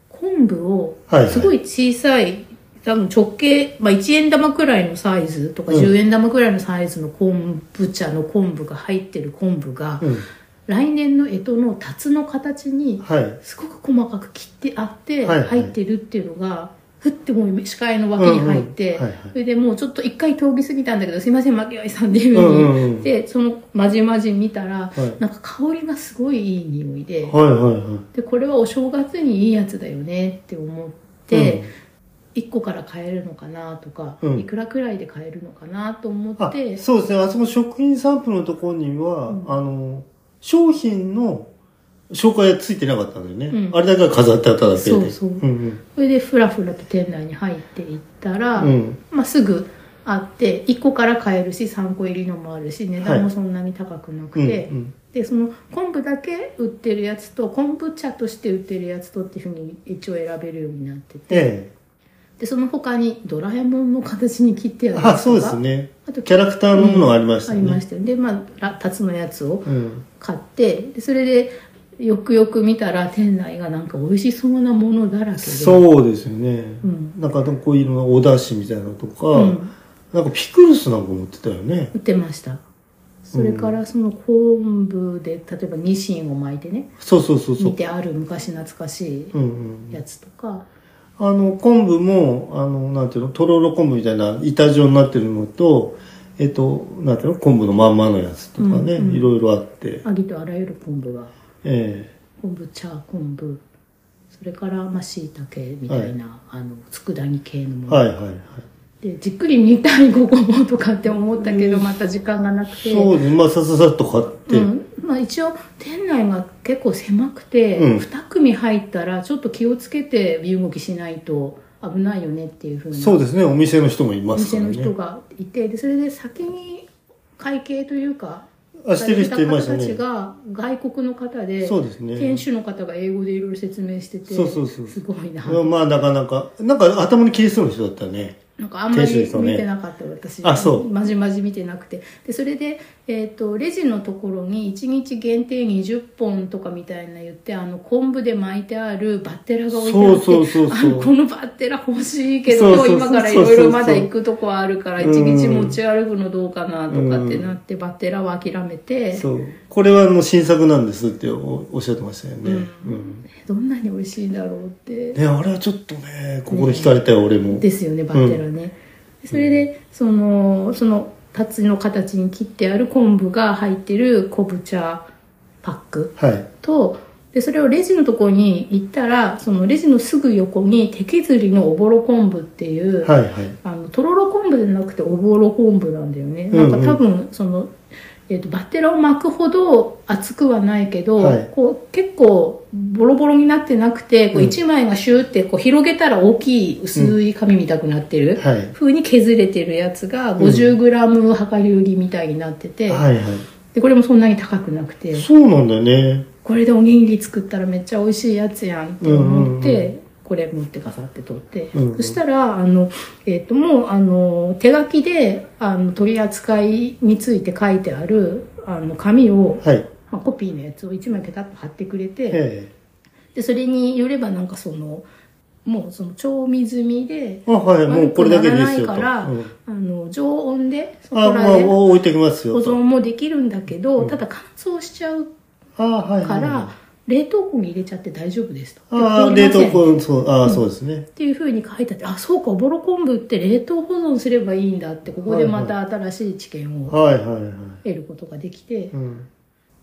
昆布をはいはいすごい小さい、多分直径、まあ、1円玉くらいのサイズとかうん10円玉くらいのサイズの昆布茶の昆布が入ってる昆布が、うん。来年の干支の辰の形にはい。すごく細かく切ってあってはいはい入ってるっていうのが、ふってもう視界の脇に入って、うんうんはいはいそれでもうちょっと一回通り過ぎたんだけど、すいません、巻き合いさんでいううんに、うんうん。で、そのまじまじ見たら、はいなんか香りがすごいいい匂いで、はいはいはい。で、これはお正月にいいやつだよねって思って、一1個から買えるのかなとか、うんいくらくらいで買えるのかなと思あって、そうですね。あそこ食品サンプルのところには、うんあの、商品の紹介がついてなかったんだよね。うんあれだけは飾ってあっただけで。そうそうんそれでふらふらと店内に入っていったら、うん。うん。まあ、すぐあって1個から買えるし3個入りのもあるし値段もそんなに高くなくて、うんうん。でその昆布だけ売ってるやつと昆布茶として売ってるやつとっていうふうに一応選べるようになってて、えでその他にドラえもんの形に切ってえ。あるやつとかあ、そうですね。あとキャラクターのものがありましたあよりまね。したよねでまあタツのやつをうん。買ってでそれでよくよく見たら店内がなんか美味しそうなものだらけでそうですよね。うんなんか、こういうのがお出汁みたいなのとか、うんなんかピクルスなんか持ってたよね。売ってましたそれからその昆布で例えばニシンを巻いてねそうそうそうそ見う。てある昔懐かしうんうんい。やつとか、あの、昆布も、あの、なんていうの、とろろ昆布みたいな板状になってるのと、えっと、なんていうの、昆布のまんまのやつとかね、うんうんいろいろあって、ありとあらゆる昆布がえ昆布茶昆布そそれからまあ椎茸みたいな、あの佃煮系のもの、はいはいはい。でじっくり見たい午後もとかって思ったけど、また時間がなくてそうです。まあ、さささっと買って。うんまあ、一応店内が結構狭くて、うん2組入ったらちょっと気をつけて身動きしないと危ないよねっていうふうにそうですね。お店の人もいおますか店らのね。人がいてでそれで先に会計というかあしてる人いましたされねた。方たちが外国の方でそうですね店主の方が英語でいろいろ説明しててそうそうそうすごいなまあ、なかなか、なんか頭に切れそうな人だったね。なんかあんま店主でりすよね見てなかった、私あそうまじまじ見てなくてでそれで、えー、とレジのところに1日限定20本とかみたいな言ってあの昆布で巻いてあるバッテラが置いてあってそうそうそうそうあのこのバッテラ欲しいけそうそどうそう今日今からいろいろまだ行くとこはあるからそうそうそう1日持ち歩くのどうかなとかってうんなってバッテラは諦めて、そう。これはあの新作なんですっておおっしゃってましたよね。ううん。どんなに美味しいんだろうって。ね、あれはちょっとね、ここで惹かれたよ、俺も。ですよねバッテラね、それでそのそのタツの形に切ってある昆布が入ってる昆布茶パックはい。とでそれをレジのとこに行ったらそのレジのすぐ横に手削りのおぼろ昆布っていう、はいはい。あのとろろ昆布じゃなくておぼろ昆布なんだよね、うんなんか多分その、えー、とバッテラを巻くほど厚くはないけど、はいこう結構ボロボロになってなくてこううん1枚がシューってこう広げたら大きい薄い紙みたくなってる、はい。風に削れてるやつが 50g 量り売りみたいになってて、はいはでこれもそんなに高くなくてい。そうなんだよね。これでおにぎり作ったらめっちゃ美味しいやつやんって思って、うんうんこれ持ってかさって取って、うんうんそしたらあの、えっともうあの手書きであの取り扱いについて書いてあるあの紙を、はい。えまあ、コピーのやつを1枚ペタッと貼ってくれてえでそれによればなんかそのもうその調味済みであ、はい。もうこれだけでいいです悪よと。くなうらないかんらあの常温でそこあ、まらあ、で保置いてきますよ存と。もできるんだけど、うんただ乾燥しちゃうあ、はいはかいら、はい。冷凍庫に入れちゃって大丈夫ですと。ああ、で冷凍りません凍庫、そう、ああ、そうですねっ。ていうふうに書いてあって、あ、そうか、おぼろ昆布って冷凍保存すればいいんだって、ここでまた新しい知見をはいはいはい。得ることができて、うん。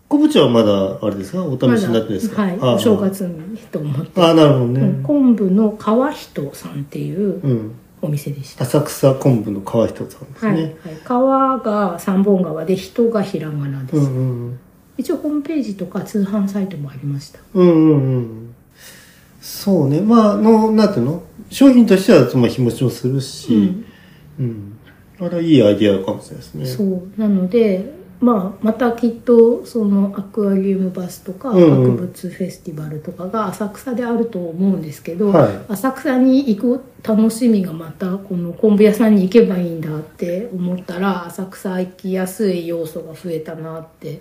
昆布茶はまだ、あれですかおま試しになってですかはい、ああお正月にと思って。ああ、なるほどうんね。昆布の川人さんっていううん。お店でした。浅草昆布の川人さんですはい、はいね。。川が三本川で人がひらがなです。うんうん一応ホームページとか通販サイトもありました。うん。うんうんうん。そうね。まあ、あの、なんていうの商品としては、まあ、日持ちもするし、うん。あれはいいアイディアかもしれないですね。そうなので、まあ、またきっとそのアクアリウムバスとかうんうん博物フェスティバルとかが浅草であると思うんですけど、はい浅草に行く楽しみがまたこの昆布屋さんに行けばいいんだって思ったら浅草行きやすい要素が増えたなって。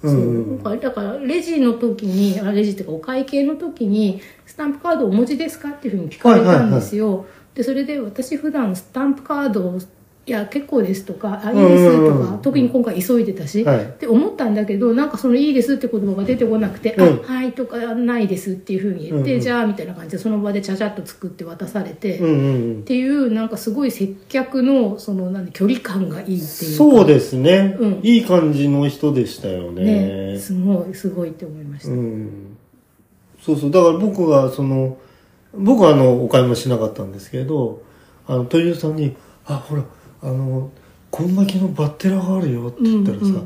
そううんうんだからだからレジの時にあレジっていうかお会計の時に「スタンプカードお持ちですか?」っていうふうに聞かれたんですよ、でそれで私普段スタンプカードをいや結構ですとかあいいですうんとうんうかん特に今回急いでたし、はいって思ったんだけどなんかその「いいです」って言葉が出てこなくて「うんあはい」とか「ないです」っていうふうに言って、うんうんじゃあみたいな感じでその場でちゃちゃっと作って渡されて、うんっうんうん。ていうなんかすごい接客のそのなんで距離感がいいっていうかそうですね、うんいい感じの人でしたよね。ねすごいすごいって思いました、うん。そうそう。だから僕が、その、僕はあの、お買い物しなかったんですけど、あの、鳥居さんに、あ、ほら、あの、こんだけのバッテラがあるよって言ったらさ、うんうん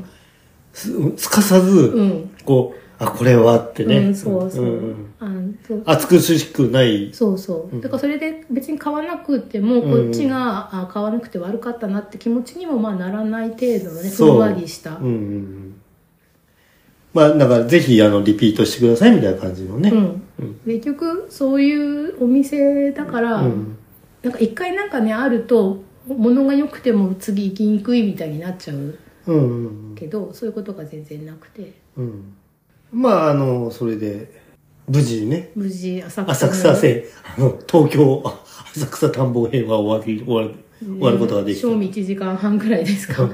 すすかさず、うんこう、あ、これはってね。うん、そうそう、んんあのそう熱苦しくない。そうそう、うんだからそれで別に買わなくてもうんうんこっちが、あ買わなくて悪かったなって気持ちにもまあならない程度のねふそうんわりした、うんうんうん。まあ、だからぜひ、あの、リピートしてくださいみたいな感じのね。うんうん結局そういうお店だから、うんなんか一回なんかねあると物が良くても次行きにくいみたいになっちゃううんうんうん。けどそういうことが全然なくてうん。まあ、あの、それで、無事にね、無事浅草浅の草線、あの、東京、あ浅草田んぼ編は終わり、終わる、終わることができた。賞味1時間半くらいですか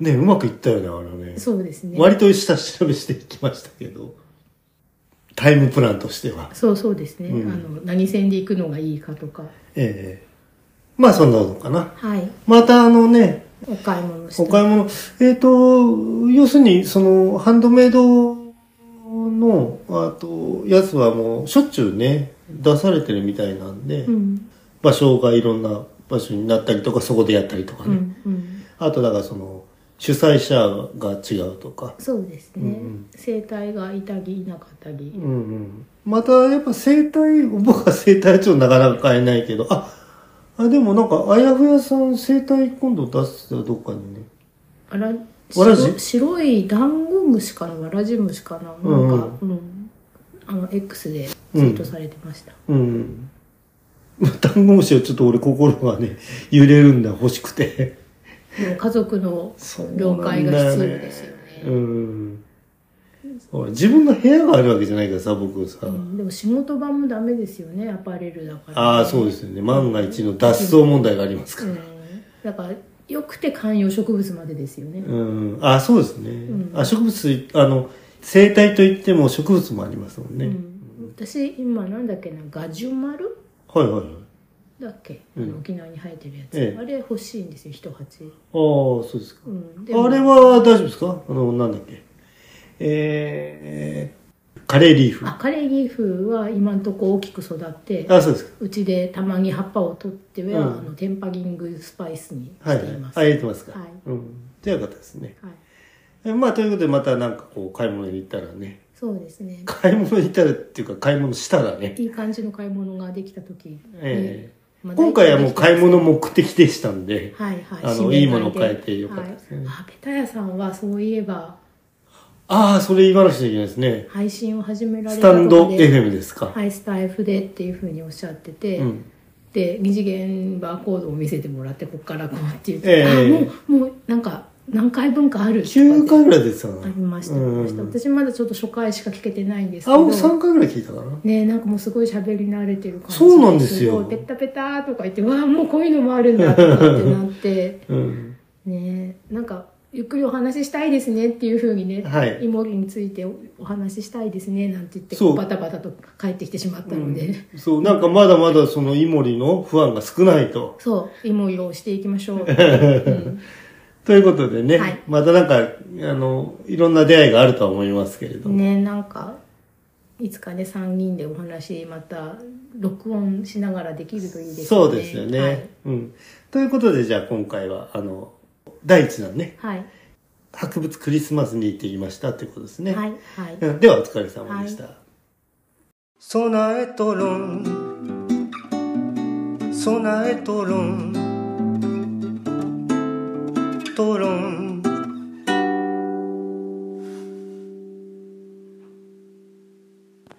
ね、うまくいったよね、あれはね。そうですね割と下調べしてきましたけど、タイムプランとしては。そうそうですね、うんあの何線で行くのがいいかとかええまあ、そんなのかな。はいまた、あのね、お買い物しおた買い物、えっ、と、要するに、その、ハンドメイドののあとやつはもうしょっちゅうね出されてるみたいなんで、うん場所がいろんな場所になったりとかそこでやったりとかうね、んうんあとだからその主催者が違うとか、そうですうんねうん生態がいたぎいなかったうりんうん、またやっぱ生態僕は生態ちょっとなかなか買えないけどああでもなんかあやふやさん生態今度出すよどっかにねあらわらじ白白いダンゴムシかなわらじ虫かななんか、うんうんうんあの X でツイートされてました、うんダンゴムシはちょっと俺心がね (laughs) 揺れるんだ欲しくてでも家族のそう了解が必要ですよねうんほら自分の部屋があるわけじゃないからさ僕さ、うんでも仕事場もダメですよねアパレルだから、ああそうですよね万が一の脱走問題がありますかうら、んだからよくて観葉植物までですよね、うん、あそうですね、うんあ植物あの生態といっても植物もありますもんね、うん私今なんだっけなガジュマルはいはいはいだっけ、うんあの沖縄に生えてるやつ、ええあれ欲しいんですよ一鉢、ああそうですかうん、でもあれは大丈夫ですかあのなんだっけえー、カレーリーフああカレーリーフは今んとこ大きく育ってそうですかうちでたまに葉っぱを取っては、うんあのテンパギングスパイスにはいしはていいます、あ入れてますか、はいうんじゃあよかったですねはいえまあということでまたなんかこう買い物に行ったらねそうですね買い物に行ったらっていうか買い物したらね、いい感じの買い物ができた時に、ええまあ今回はもう買い物大体できて目的でますしたんではいはいあの新年会いいものを買えてよかったですねはいあペタヤさんはそういえばああそれ言わなくちゃいけないですね配信を始められスたタンドことで FM ですか、はい、スタイフでっていうふうにおっしゃってて、うんで二次元バーコードを見せてもらってこっからこうって言って、ええあもうもうなんか何回分かあるとか9って回ぐらい出てたかなありました,、うん、私まだちょっと初回しか聞けてないんですけあど僕3回ぐらい聞いたかなねなんかもうすごい喋り慣れてる感じそうなんですよごいペッタペタとか言ってわあもうこういうのもあるんだとかって (laughs) なってうんねなんかゆっくりお話ししたいですねっていうふうにね、はい芋についておお話ししたいですねなんて言ってそうバタバタと帰ってきてしまったので、そうなんかまだまだそのイモリの不安が少ないと (laughs) そう芋用をしていきましょう、 (laughs) うんということでね、はいまたなんかあのいろんな出会いがあるとは思いますけれども、ねなんかいつかね3人でお話また録音しながらできるといいですねそうですよね、はい、うん、ということでじゃあ今回はあの第1弾ねはい博物クリスマスに行ってきましたということですね、はいはいうんではお疲れ様でした、備えとろん備えとろんとろん